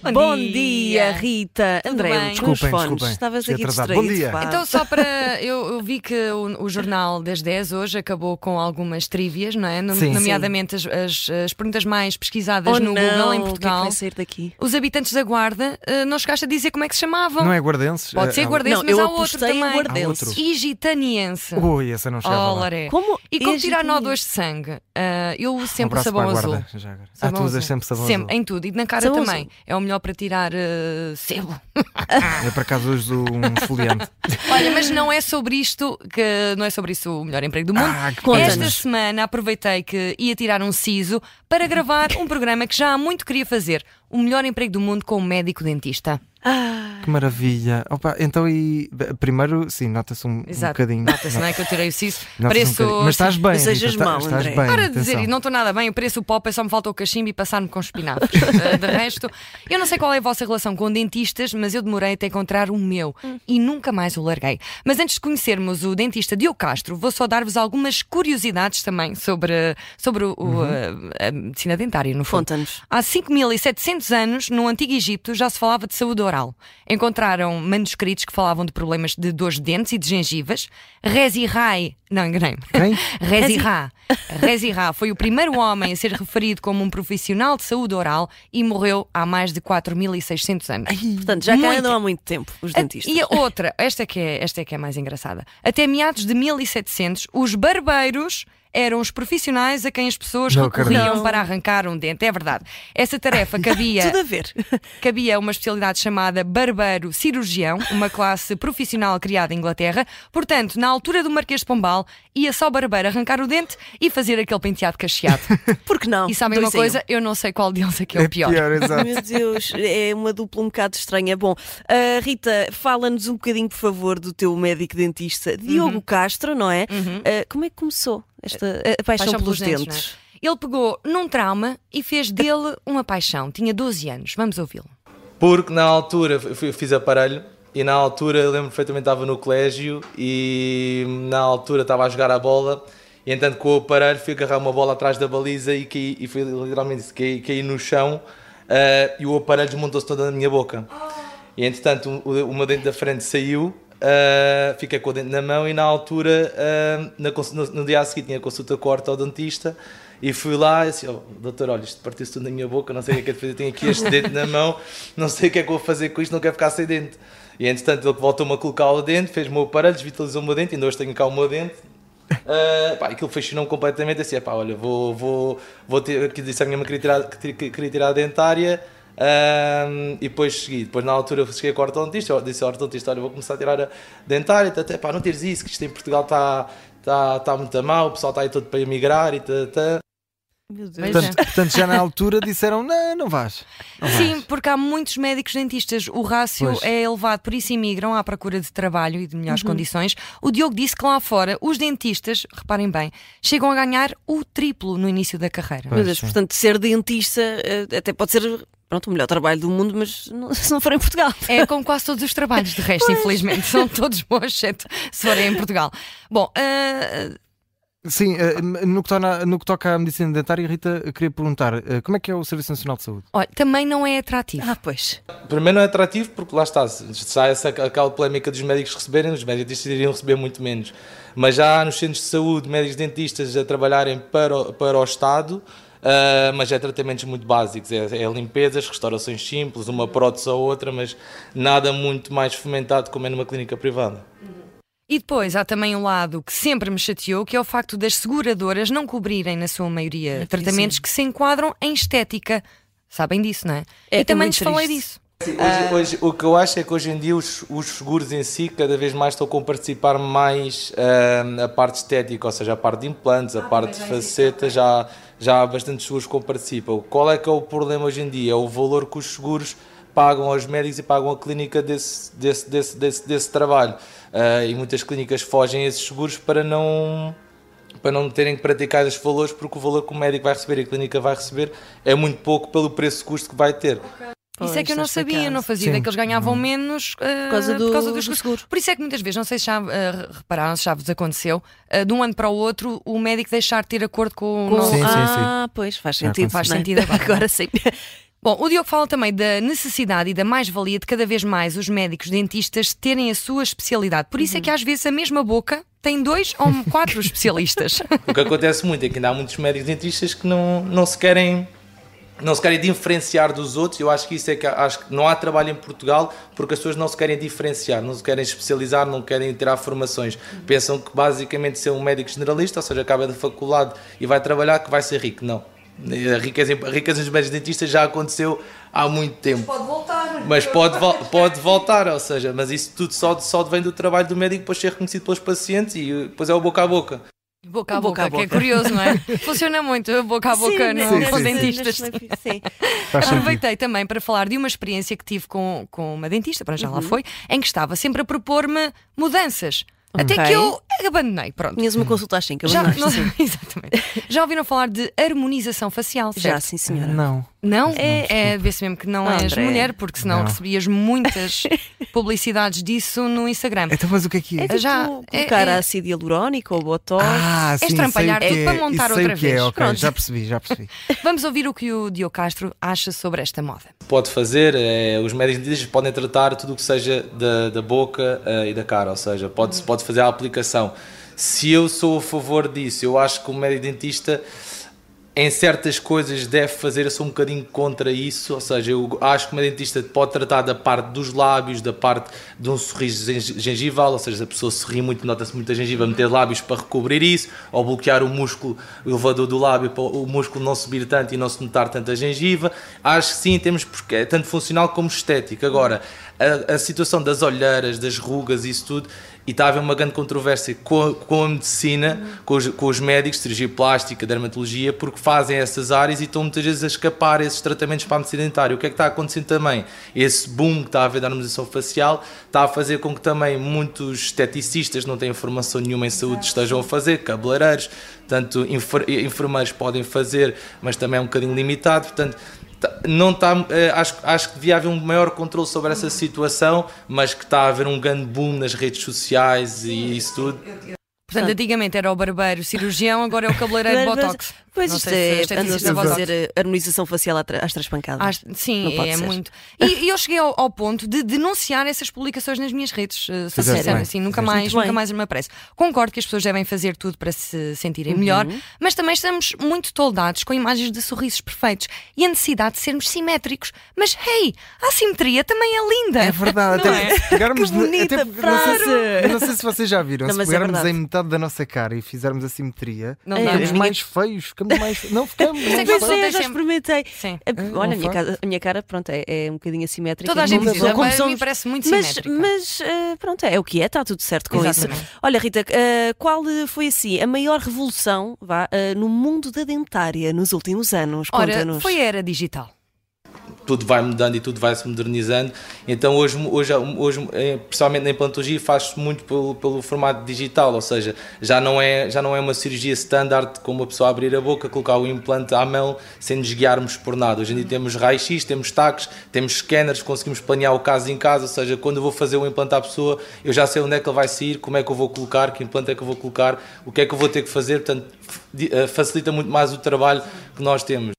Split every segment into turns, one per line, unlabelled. Bom,
Bom dia,
dia.
Rita.
Tudo
André,
bem?
com os
Desculpem,
fones.
desculpem.
Estavas
Cheguei
aqui
atrasado.
distraído.
Bom dia.
pá.
Então, só para. Eu, eu vi que o, o jornal das 10 hoje acabou com algumas trivias, não é? No-
Sim.
nomeadamente as, as- as perguntas mais pesquisadas
Oh,
no
não,
Google em
o que é que
Portugal.
vai sair daqui?
Os habitantes da Guarda, eh, não chegaste a dizer como é que se chamavam.
Não é guardenses?
Pode
É,
ser
é-
guardense,
Não,
mas
eu
há outro
apostei em
também.
guardense.
Há outro.
E gitaniense.
Ui, essa não chegava
Oh,
lá.
Loré.
Como
E como
é
tirar nódoas
gigante?
de sangue? Ah, eu
Um
sempre
abraço
sabão
para a
azul.
guarda, já agora. Ah,
Sabão
tu usas
azul.
sempre sabão
Sempre,
azul.
em tudo. E na cara
Sabão
também.
azul.
É o melhor para tirar eh, sebo.
Ah.
Ah.
Eu por acaso uso um esfoliante.
Olha, mas não é sobre isto que não é sobre isso o melhor emprego do mundo.
Ah, que
Conta-nos.
Esta semana aproveitei que ia tirar um siso para gravar um programa que já há muito queria fazer. O melhor emprego do mundo com um médico dentista.
Que maravilha. Opa, então e b- primeiro, sim, nota-se um, um
Exato.
bocadinho.
Nota-se, não é que eu tirei o siso.
Nota-se um
Pareço.
bocadinho. Mas estás bem.
Não sejas
Rita, tá-
mau,
estás
André.
bem.
Para de dizer,
atenção.
e não estou nada bem, eu pareço o pop, é só me falta o cachimbo e passar-me com espinafres. Eh, de resto, eu não sei qual é a vossa relação com dentistas, mas eu demorei até encontrar o meu e nunca mais o larguei. Mas antes de conhecermos o dentista Diogo Castro, vou só dar-vos algumas curiosidades também sobre, sobre o, o, eh, a medicina dentária, no fundo.
Conta-nos.
Há 5.700 anos, no Antigo Egito, já se falava de saúde oral. Encontraram manuscritos que falavam de problemas de dores de dentes e de gengivas. Rezi Rai. Não, enganei-me.
Quem?
Rezi Ra. Rezi Ra foi o primeiro homem a ser referido como um profissional de saúde oral e morreu há mais de 4.600 anos.
Portanto, já cá
Muito.
andam há muito tempo os
A-
dentistas.
E a outra, esta é que é, esta é que é mais engraçada. Até meados de 1700, os barbeiros eram os profissionais a quem as pessoas
Não acredito.
recorriam
Não.
para arrancar um dente. É verdade. Essa tarefa
é Tudo
cabia,
a ver.
cabia uma especialidade chamada barbeiro cirurgião, uma classe profissional criada em Inglaterra. Portanto, na altura do Marquês de Pombal, ia só o barbeiro arrancar o dente e fazer aquele penteado cacheado.
Porque não?
E sabem uma
Dois em um.
coisa? Eu não sei qual deles é que é o pior.
exato.
Meu Deus, é uma dupla um bocado estranha. Bom, ah, Rita, fala-nos um bocadinho, por favor, do teu médico dentista, Diogo Castro, não é? Ah, como é que começou esta a paixão, pelos, dentes?
não é? Ele pegou num trauma e fez dele uma paixão. Tinha 12 anos. Vamos ouvi-lo.
Porque na altura eu fui- fiz aparelho e na altura eu lembro perfeitamente estava no colégio e na altura estava a jogar a bola e entanto com o aparelho fui agarrar uma bola atrás da baliza e caí, e fui literalmente isso, caí, caí no chão ah, e o aparelho desmontou-se todo na minha boca. E entretanto um, o, o meu dente da frente saiu, ah, fiquei com o dente na mão e na altura, ah, na cons- no, no dia a seguir tinha consulta com o ortodontista e fui lá e disse, "Oh, doutor, olha, isto partiu-se tudo na minha boca, não sei o que é que é de fazer, tenho aqui este dente na mão, não sei o que é que vou fazer com isto, não quero ficar sem dente. E entretanto ele voltou-me a colocar o dente, fez-me o aparelho, desvitalizou o meu dente, ainda hoje tenho cá o meu dente, Uh, pá, aquilo fascinou-me completamente. Assim, pá, olha, vou, vou, vou ter. Aquilo disse à minha mãe que queria tirar, que- que queria tirar a dentária. ahm, e depois segui. Depois, na altura, eu cheguei com o ortodontista. eu Disse ao ortodontista: Olha, vou começar a tirar a dentária. Tata, pá, não tires isso, que isto em Portugal está tá, tá muito a mal. O pessoal está aí todo para emigrar. E tata.
Meu Deus.
Pois
Portanto, portanto, já na altura disseram: não, não vais. Não vais.
Sim, porque há muitos médicos dentistas. O rácio
Pois.
é elevado, por isso imigram à procura de trabalho e de melhores condições. O Diogo disse que lá fora os dentistas, reparem bem, chegam a ganhar o triplo no início da carreira.
Meu Deus,
sim.
é, portanto, ser dentista eh, até pode ser pronto, o melhor trabalho do mundo, mas não, se não for em Portugal.
É como quase todos os trabalhos, de resto, infelizmente. São todos bons, exceto se forem em Portugal. Bom, ah,
Sim, eh, no que, torna- no que toca à medicina dentária, Rita, eu queria perguntar: eh, como é que é o Serviço Nacional de Saúde?
olha, também não é atrativo.
Ah, pois.
Primeiro não é atrativo porque lá está, se- sai essa, aquela polémica dos médicos receberem, os médicos iriam receber muito menos. Mas já há nos centros de saúde, médicos dentistas a trabalharem para o, para o Estado, ah, mas é tratamentos muito básicos, é, é limpezas, restaurações simples, uma prótese ou outra, mas nada muito mais fomentado como é numa clínica privada.
E depois há também um lado que sempre me chateou, que é o facto das seguradoras não cobrirem, na sua maioria, tratamentos que se enquadram em estética. Sabem disso, não é?
É,
e também
é
lhes
muito
falei
triste.
disso.
Sim, assim, Hoje, hoje- o que eu acho é que hoje em dia os, os seguros em si cada vez mais estão com participar mais ah, a parte estética, ou seja, a parte de implantes, a parte de facetas, já, já há bastantes seguros que participam. Qual é que é o problema hoje em dia? É o valor que os seguros pagam aos médicos e pagam à clínica desse, desse, desse, desse, desse trabalho. Ah, e muitas clínicas fogem a esses seguros para não para não terem que praticar os valores, porque o valor que o médico vai receber e a clínica vai receber é muito pouco pelo preço-custo que vai ter.
Isso é que eu
Pois,
não
está
sabia, eu não
explicado. Uhum.
fazia
Sim.
ideia que eles ganhavam menos eh,
Por causa do-
dos
do
seguros.
seguro.
Por isso é que muitas vezes, não sei se já eh, repararam, se já vos aconteceu, eh, de um ano para o outro o médico deixar de ter acordo com, o
Sim,
nosso.
sim, sim.
ah, pois, faz sentido.
Faz
não é?
sentido agora.
Agora sim.
Bom, o Diogo fala também da necessidade e da mais-valia de cada vez mais os médicos dentistas terem a sua especialidade. Por isso é que às vezes a mesma boca tem dois ou um quatro especialistas.
O que acontece muito é que ainda há muitos médicos dentistas que não, não se querem não se querem diferenciar dos outros. Eu acho que isso é que acho que não há trabalho em Portugal porque as pessoas não se querem diferenciar, não se querem especializar, não querem tirar formações. Pensam que basicamente ser um médico generalista, ou seja, acaba da faculdade e vai trabalhar, que vai ser rico. Não. A riqueza, em- a riqueza dos médicos dentistas já aconteceu há muito tempo.
Pode voltar.
Mas pode, vol- pode voltar, ou seja, mas isso tudo só, só vem do trabalho do médico depois ser reconhecido pelos pacientes e depois é o boca a boca.
Boca a
Boca
boca,
a
que é
boca.
curioso, não é? Funciona muito, boca a boca no,
sim,
com os
sim.
dentistas.
Sim.
Faz sentido.
Aproveitei também para falar de uma experiência que tive com, com uma dentista, para já lá foi, em que estava sempre a propor-me mudanças. Até
Ok.
que eu abandonei, pronto.
Tinhas uma consulta assim, às 5,
Já,
abandonaste.
não-
sim.
exatamente. já ouviram falar de harmonização facial?
Já,
certo?
sim, senhora.
Não.
Não? É, é ver-se mesmo que não
Ah,
és
André.
mulher, porque senão
Não.
recebias muitas publicidades disso no Instagram.
Então, mas o que é que é?
É tipo
Já-
colocar
é- é-
ácido hialurónico ou botox.
Ah,
É estrampalhar
sei o que
tudo
é,
para montar
sei
outra
o que é,
vez.
ok,
Pronto.
já percebi, já percebi.
Vamos ouvir o que o Diogo Castro acha sobre esta moda.
pode fazer, eh, os médicos dentistas podem tratar tudo o que seja da, da boca eh, e da cara, ou seja, pode, pode fazer a aplicação. Se eu sou a favor disso, eu acho que o médico dentista em certas coisas deve fazer, eu sou um bocadinho contra isso, ou seja, eu acho que uma dentista pode tratar da parte dos lábios, da parte de um sorriso gen- gengival, ou seja, a pessoa sorri muito, nota-se muita gengiva, meter lábios para recobrir isso, ou bloquear o músculo elevador do lábio para o músculo não subir tanto e não se notar tanto a gengiva. Acho que sim, temos porque é tanto funcional como estético. Agora, a, a situação das olheiras, das rugas, isso tudo, e está a haver uma grande controvérsia com a, com a medicina, com os, com os médicos, cirurgia plástica, dermatologia, porque fazem essas áreas e estão muitas vezes a escapar esses tratamentos para a medicina dentária. O que é que está acontecendo também? Esse boom que está a haver da harmonização facial está a fazer com que também muitos esteticistas que não têm formação nenhuma em saúde estejam a fazer, cabeleireiros, tanto enfer- enfermeiros podem fazer, mas também é um bocadinho limitado, portanto Tá- não tá, eh, acho, acho que devia haver um maior controle sobre essa situação, mas que está a haver um grande boom nas redes sociais e isso tudo.
Portanto, antigamente era o barbeiro cirurgião, agora é o cabeleireiro
Mas-
botox.
Pois
Não
isto
sei se
é,
os esteticistas
andam-se a
botox-
fazer eh, harmonização facial atra- às três pancadas.
Acho- sim,
Tá Não pode
é
ser.
muito. E, e eu cheguei ao, ao ponto de denunciar essas publicações nas minhas redes eh,
Fizeste
sociais.
bem.
Assim, nunca
Fizeste
mais,
muito
nunca
bem.
mais me aparece. Concordo que as pessoas devem fazer tudo para se sentirem
Uhum.
melhor, mas também estamos muito toldados com imagens de sorrisos perfeitos e a necessidade de sermos simétricos. Mas, hey, a assimetria também é linda.
É verdade,
Não
até se pegarmos
Que
na-
bonita
até porque- não, sei se,
frase!
não sei se vocês já viram,
Não,
se
mas é
pegarmos
verdade.
em metade da nossa cara e fizermos a simetria,
Não dá,
ficamos
não é?
mais feios, ficamos mais. Não ficamos,
é
não
que Mas
Pois
não
ficamos.
tem
é, já
sempre-
experimentei.
Sim. Hum,
Eh,
não
Olha, a minha,
faz.
casa- a minha cara, pronto, é, é um bocadinho assimétrica.
Toda a
Não-
gente
não-
diz, "Ah,
como
mas
somos-
me parece muito
mas,
simétrica.
mas eh, pronto, é o que é, está tudo certo com
Exatamente.
isso. Olha, Rita, eh, qual eh, foi assim a maior revolução vá, eh, no mundo da dentária nos últimos anos?
Ora,
Conta-nos.
foi a Ah, era digital.
Tudo vai mudando e tudo vai se modernizando. Então, hoje, hoje, hoje eh, principalmente na implantologia, faz-se muito pelo, pelo formato digital, ou seja, já não, é, já não é uma cirurgia standard como a pessoa abrir a boca, colocar o implante à mão sem nos guiarmos por nada. Hoje em dia temos raio-x, temos taques, temos scanners, conseguimos planear o caso em casa, ou seja, quando eu vou fazer o implante à pessoa, eu já sei onde é que ele vai sair, como é que eu vou colocar, que implante é que eu vou colocar, o que é que eu vou ter que fazer, portanto, di- eh, facilita muito mais o trabalho que nós temos.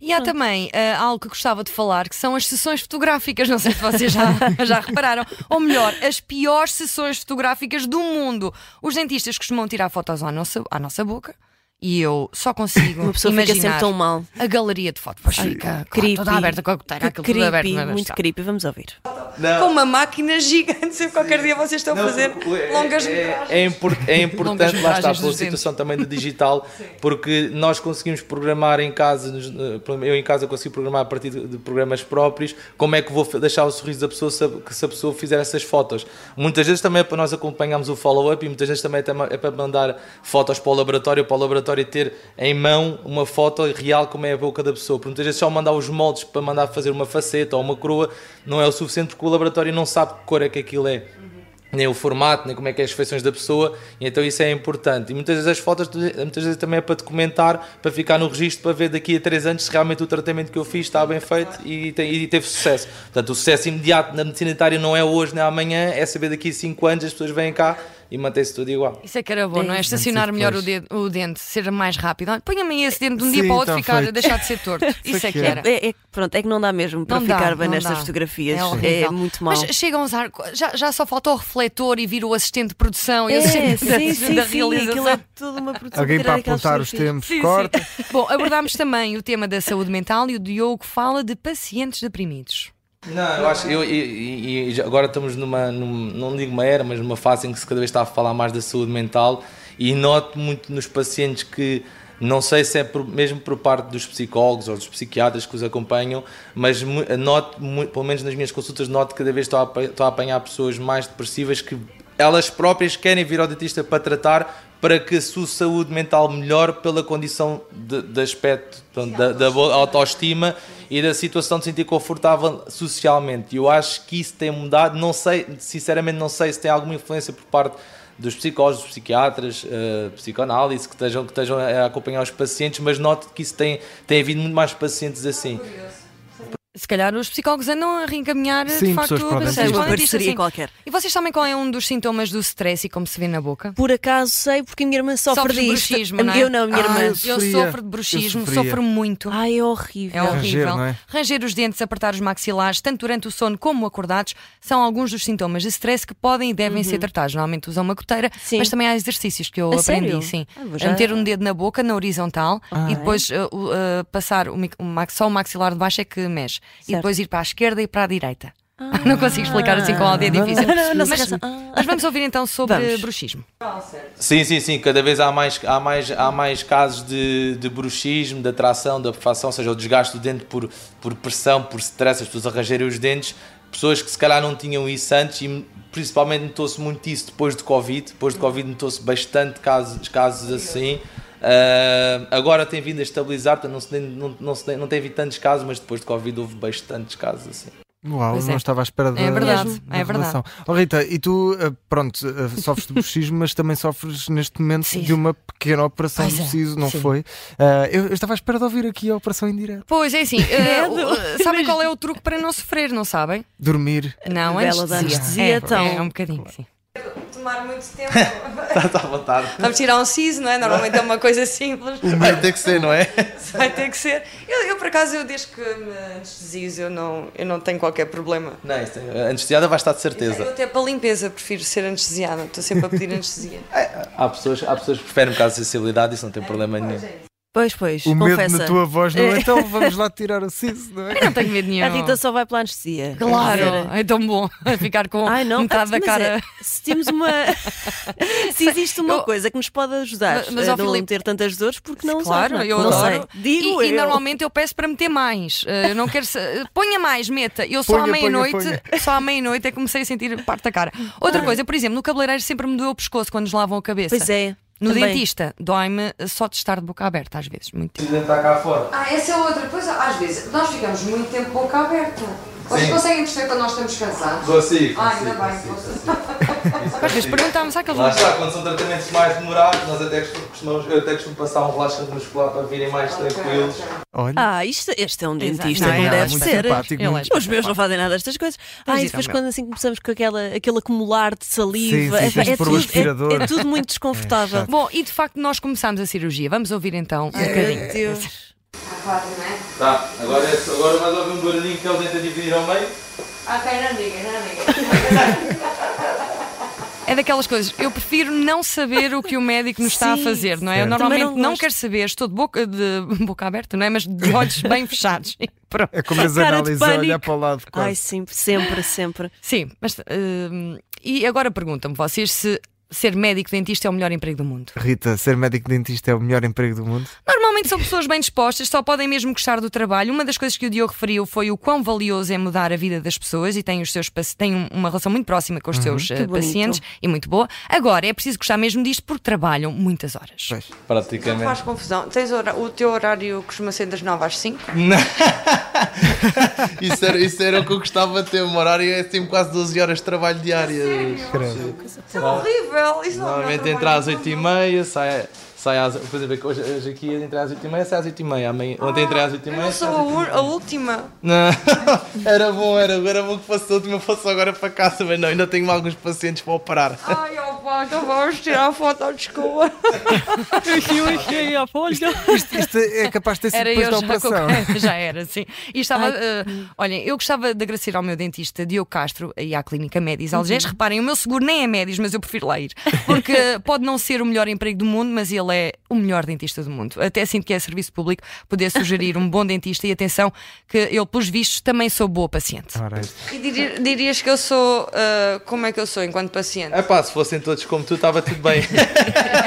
E há também ah, algo que gostava de falar, que são as sessões fotográficas. Não sei se vocês já, já repararam. Ou melhor, as piores sessões fotográficas do mundo. Os dentistas costumam tirar fotos à nossa, à nossa boca. E eu só consigo
Uma pessoa
imaginar
fica sempre tão mal.
a galeria de fotos. Pois fica com-
Creepy.
toda aberta com a goteira,
Que
aquilo
creepy,
tudo aberto. não é?
muito
Está.
creepy. Vamos ouvir.
Com uma máquina gigante, sempre qualquer dia vocês estão a fazer
porque é-
longas
é,
metragens.
é, impor- é importante, lá está,
metragens
pela
dos
situação também do digital, porque nós conseguimos programar em casa, nos- eh, eu em casa consigo programar a partir de de programas próprios, como é que vou fa- deixar o sorriso da pessoa se a, que se a pessoa fizer essas fotos. Muitas vezes também é para nós acompanharmos o follow-up e muitas vezes também é tam- é para mandar fotos para o laboratório, para o laboratório ter em mão uma foto real como é a boca da pessoa. Porque muitas vezes só mandar os moldes para mandar fazer uma faceta ou uma coroa não é o suficiente porque o laboratório não sabe que cor é que aquilo
Uhum.
é nem o formato, nem como é que é as feições da pessoa, e então isso é importante. E muitas vezes as fotos, muitas vezes também é para documentar, para ficar no registro, para ver daqui a três anos se realmente o tratamento que eu fiz está bem feito e, tem- e teve sucesso. Portanto, o sucesso imediato na medicina dentária não é hoje nem amanhã, é saber daqui a cinco anos as pessoas vêm cá e mantém-se tudo igual.
Isso é que era bom, não é? Estacionar
Antes e
melhor o,
depois.
dedo- o dente, ser mais rápido. Olha, Ponha-me esse dente de um dia
Sim,
para o outro
tá
ficar,
feito.
deixar de ser torto. Isso é que
que é.
era.
É, é- pronto, é que não dá mesmo para
Não dá,
ficar bem
não
nestas
dá.
fotografias. É,
horrível.
muito mal.
Mas chega a usar, já, já só falta o refletor e vira o assistente de produção e o
É,
assistente da,
sim, sim,
da
sim, aquilo é
realização.
toda uma produção.
Alguém
tirar
para
aquelas
apontar os
fotografias.
tempos,
Sim, sim.
corta.
Bom, abordámos também o tema da saúde mental e o Diogo fala de pacientes deprimidos.
Não, eu acho. Eu, e- e, e já- agora estamos numa, num- não digo uma era, mas numa fase em que se cada vez está a falar mais da saúde mental e noto muito nos pacientes que, não sei se é por- mesmo por parte dos psicólogos ou dos psiquiatras que os acompanham, mas mu- noto, mu- pelo menos nas minhas consultas, noto que cada vez estou a, apa- estou a apanhar pessoas mais depressivas que elas próprias querem vir ao dentista para tratar para que a sua saúde mental melhore pela condição de, de aspecto portanto, da, da boa autoestima e da situação de se sentir confortável socialmente. Eu acho que isso tem mudado, não sei, sinceramente não sei se tem alguma influência por parte dos psicólogos, dos psiquiatras, eh, psicanálise, que estejam, que estejam a acompanhar os pacientes, mas noto que isso tem, tem havido muito mais pacientes assim.
Se calhar os psicólogos andam a reencaminhar de
Sim,
facto
pessoas para o
pessoas
dentista.
para o
Uma
dentista,
parceria
sim.
qualquer.
E vocês sabem qual é um dos sintomas do stress e como se vê na boca?
Por acaso sei, porque a minha irmã sofre
Sofres de
disto.
bruxismo, não é?
Eu não, a minha
Ah,
irmã.
eu
Eu
sofria.
sofro de
Eu
bruxismo,
sofria.
sofro muito.
Ai, é horrível.
É horrível.
não
Ranger,
é?
os dentes, apertar os maxilares, tanto durante o sono como acordados, são alguns dos sintomas de stress que podem e devem ser tratados. Normalmente usam uma coteira,
Uhum. Sim.
mas também há exercícios que eu
A
aprendi,
sério?
sim.
Ah, vou
A
já- Ah, é?
meter um dedo na boca, na horizontal, e depois uh, o- uh, passar o mic- o max- só o maxilar de baixo é que mexe. E
Certo. Ah.
depois ir para a esquerda e para a direita. Não consigo explicar assim com a áudio, é
Não,
difícil.
não, não, não,
mas,
não.
mas vamos ouvir então sobre
Vamos.
bruxismo.
Sim, sim, sim. Cada vez há mais, há mais, há mais casos de, de bruxismo, de atração, de afação, ou seja, o desgaste do dente por, por pressão, por stress, as pessoas arranjarem os dentes. Pessoas que se calhar não tinham isso antes e principalmente notou-se muito isso depois de Covid. Depois de Covid notou-se bastante casos, casos assim. Ah, agora tem vindo a estabilizar, portanto, não, se tem, não, não, se tem, não tem havido tantos casos, mas depois de Covid houve bastantes casos assim.
Uau,
Pois é.
não estava à espera da,
É verdade,
mesmo, da
é verdade.
revelação. Oh, Rita, e tu, eh, pronto, eh, sofres de bruxismo, mas também sofres neste momento
Sim.
de uma pequena operação
Pois
de
é,
siso, não
sim.
foi? Ah, eu, eu estava à espera de ouvir aqui a operação em direto.
Pois é assim, uh, uh, sabem qual é o truque para não sofrer, não sabem?
Dormir.
Não,
Bela
anestesia.
da anestesia,
é,
então.
é um bocadinho, sim.
tomar muito tempo.
Está à vontade.
Vamos tirar um siso, não é? Normalmente é uma coisa simples,
Vai ter que ser, não é?
vai ter que ser. Eu, eu, por acaso, eu desde que me anestesizo, eu não, eu não tenho qualquer problema.
Não, isso tem- a anestesiada vai estar de certeza.
Eu até para limpeza prefiro ser anestesiada, estou sempre a pedir anestesia.
Há pessoas, há pessoas que preferem por causa de sensibilidade, isso não tem problema nenhum.
Pois, pois,
O
confessa.
medo na tua voz, não é?
É.
Então vamos lá tirar o siso, não é?
Eu não tenho medo nenhum.
A Rita só vai pela anestesia.
Claro, é tão bom ficar com
Ai, não.
metade
Ah,
da
mas
cara.
é, se temos uma. se existe uma
Eu-
coisa que nos pode ajudar
Mas- mas,
a
ó,
não
Filipe,
ter tantas dores, porque não usar,
Claro,
não é?
eu
não
adoro.
Sei. Digo
e, e
eu.
normalmente eu peço para meter mais. Eh, Eu não quero. se- Ponha mais, meta. Eu só à
Ponha, ponha, Ah.
meia-noite, só à meia-noite é que comecei a sentir parte da cara. Outra coisa, por exemplo, no cabeleireiro sempre me doeu o pescoço quando nos lavam a cabeça.
Pois é.
No
também.
dentista, dói-me só de estar de boca aberta, às vezes, muito tempo.
está cá fora.
Ah, essa é outra coisa. Às vezes nós ficamos muito tempo boca aberta. Vocês
Sim.
conseguem perceber quando nós estamos cansados?
Consigo.
Ah, ainda bem, consigo.
Às vezes "Ah, perguntámos àqueles.
assim, Lá está, quando são tratamentos mais demorados, nós até costumamos, eu até costumo passar um relaxante muscular para virem mais tranquilos.
Olha.
Ah, isto, este é um dentista,
Não,
como
ele é
deve
muito
ser.
simpático,
Ele
muito-
é
Os meus não fazem nada destas coisas.
Pois
Ah,
é,
e depois
meu.
quando assim começamos com aquela, aquele acumular de saliva,
Sim, sim, tens de
é,
pôr o
um
tudo,
aspirador.
é, é tudo muito desconfortável.
Bom, e de facto nós começámos a cirurgia. Vamos ouvir então um
É.
bocadinho.
Meu Deus.
Tá, agora, é- agora vais ouvir um barulhinho que é o dente a dividir ao meio.
Ok, não diga, não diga.
É daquelas coisas, eu prefiro não saber o que o médico nos está a
Sim,
fazer, não é? Eu
certo.
normalmente
Também
não,
não gosto.
quero saber, estou de boca, de boca aberta, não é? Mas de olhos bem fechados. Pronto.
É como as
Cara de
análises a olhar
pânico.
para o lado. quase.
Ai, sim, sempre, sempre.
Sim, mas. hum, e agora perguntam-me vocês se ser médico-dentista é o melhor emprego do mundo.
Rita, ser médico-dentista é o melhor emprego do mundo?
Normalmente são pessoas bem dispostas, só podem mesmo gostar do trabalho. Uma das coisas que o Diogo referiu foi o quão valioso é mudar a vida das pessoas e tem, os seus, paci- tem um- uma relação muito próxima com os seus eh,
bonito.
pacientes e muito boa. Agora, é preciso gostar mesmo disto porque trabalham muitas horas.
Pois.
Não faz
Praticamente.
confusão. Tens hora- o teu horário costuma ser das 9 às 5?
Isso era, isso era o que eu gostava de ter, o meu horário é sempre quase 12 horas de trabalho diárias.
Isso é horrível. Isso não- não
Normalmente
trabalho
entra às
nenhum.
8h30, sai, sai às. Por exemplo, é hoje, hoje aqui entrei às 8h30, sai às 8h30. Amanhã- Ontem entrei às 8h30.
Ah, Eu não sou
sai às
a, ur- a última.
Não, era bom, era, era bom que fosse a última, fosse agora para casa, mas não, ainda tenho alguns pacientes para operar.
Ai, oh, pá, então vamos tirar a foto, desculpa.
Eu achei a folha.
Isto, isto é capaz de ter sido
Era
depois
eu
da
já, com-
operação.
já era, sim. E estava. eh, olhem, eu gostava de agradecer ao meu dentista Diogo Castro e à clínica Médis
Uhum.
Algés. Reparem, o meu seguro nem é Médis, mas eu prefiro lá ir. Porque pode não ser o melhor emprego do mundo, mas ele é o melhor dentista do mundo. Até sinto que é serviço público poder sugerir um bom dentista e atenção, que eu, pelos vistos, também sou boa paciente.
Ora, isso.
E diri- dirias que eu sou. ah, como é que eu sou enquanto paciente?
É pá, se fossem todos como tu, estava tudo bem.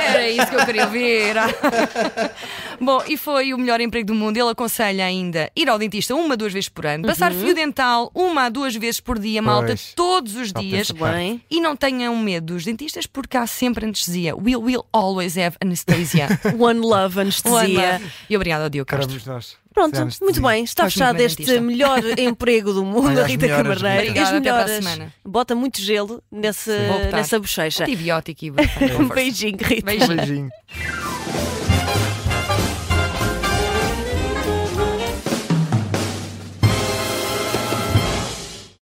Era isso que eu queria ouvir. Bom, e foi o melhor emprego do mundo. Ele aconselha ainda ir ao dentista uma a duas vezes por ano, passar
Uhum.
fio dental uma a duas vezes por dia, malta,
Pois.
todos os
Falta
dias.
essa
Tá Bem.
E não tenham medo dos dentistas porque há sempre anestesia. We will always have anesthesia.
One Love
One
Anestesia.
love. E obrigada ao Diogo Castro.
Éramos nós.
Pronto,
Fizemos-
muito bem. Está
Faz muito
fechado
bem,
este
dentista.
melhor emprego do mundo,
Olha,
a
as
Rita
melhoras,
Camarneiro.
Rita.
As
Obrigada, até para a
melhoras.
semana.
Bota muito gelo nesse,
Vou botar.
Eh, nessa bochecha.
Antibiótico e
Um beijinho, Rita.
Beijinho.
Beijinho.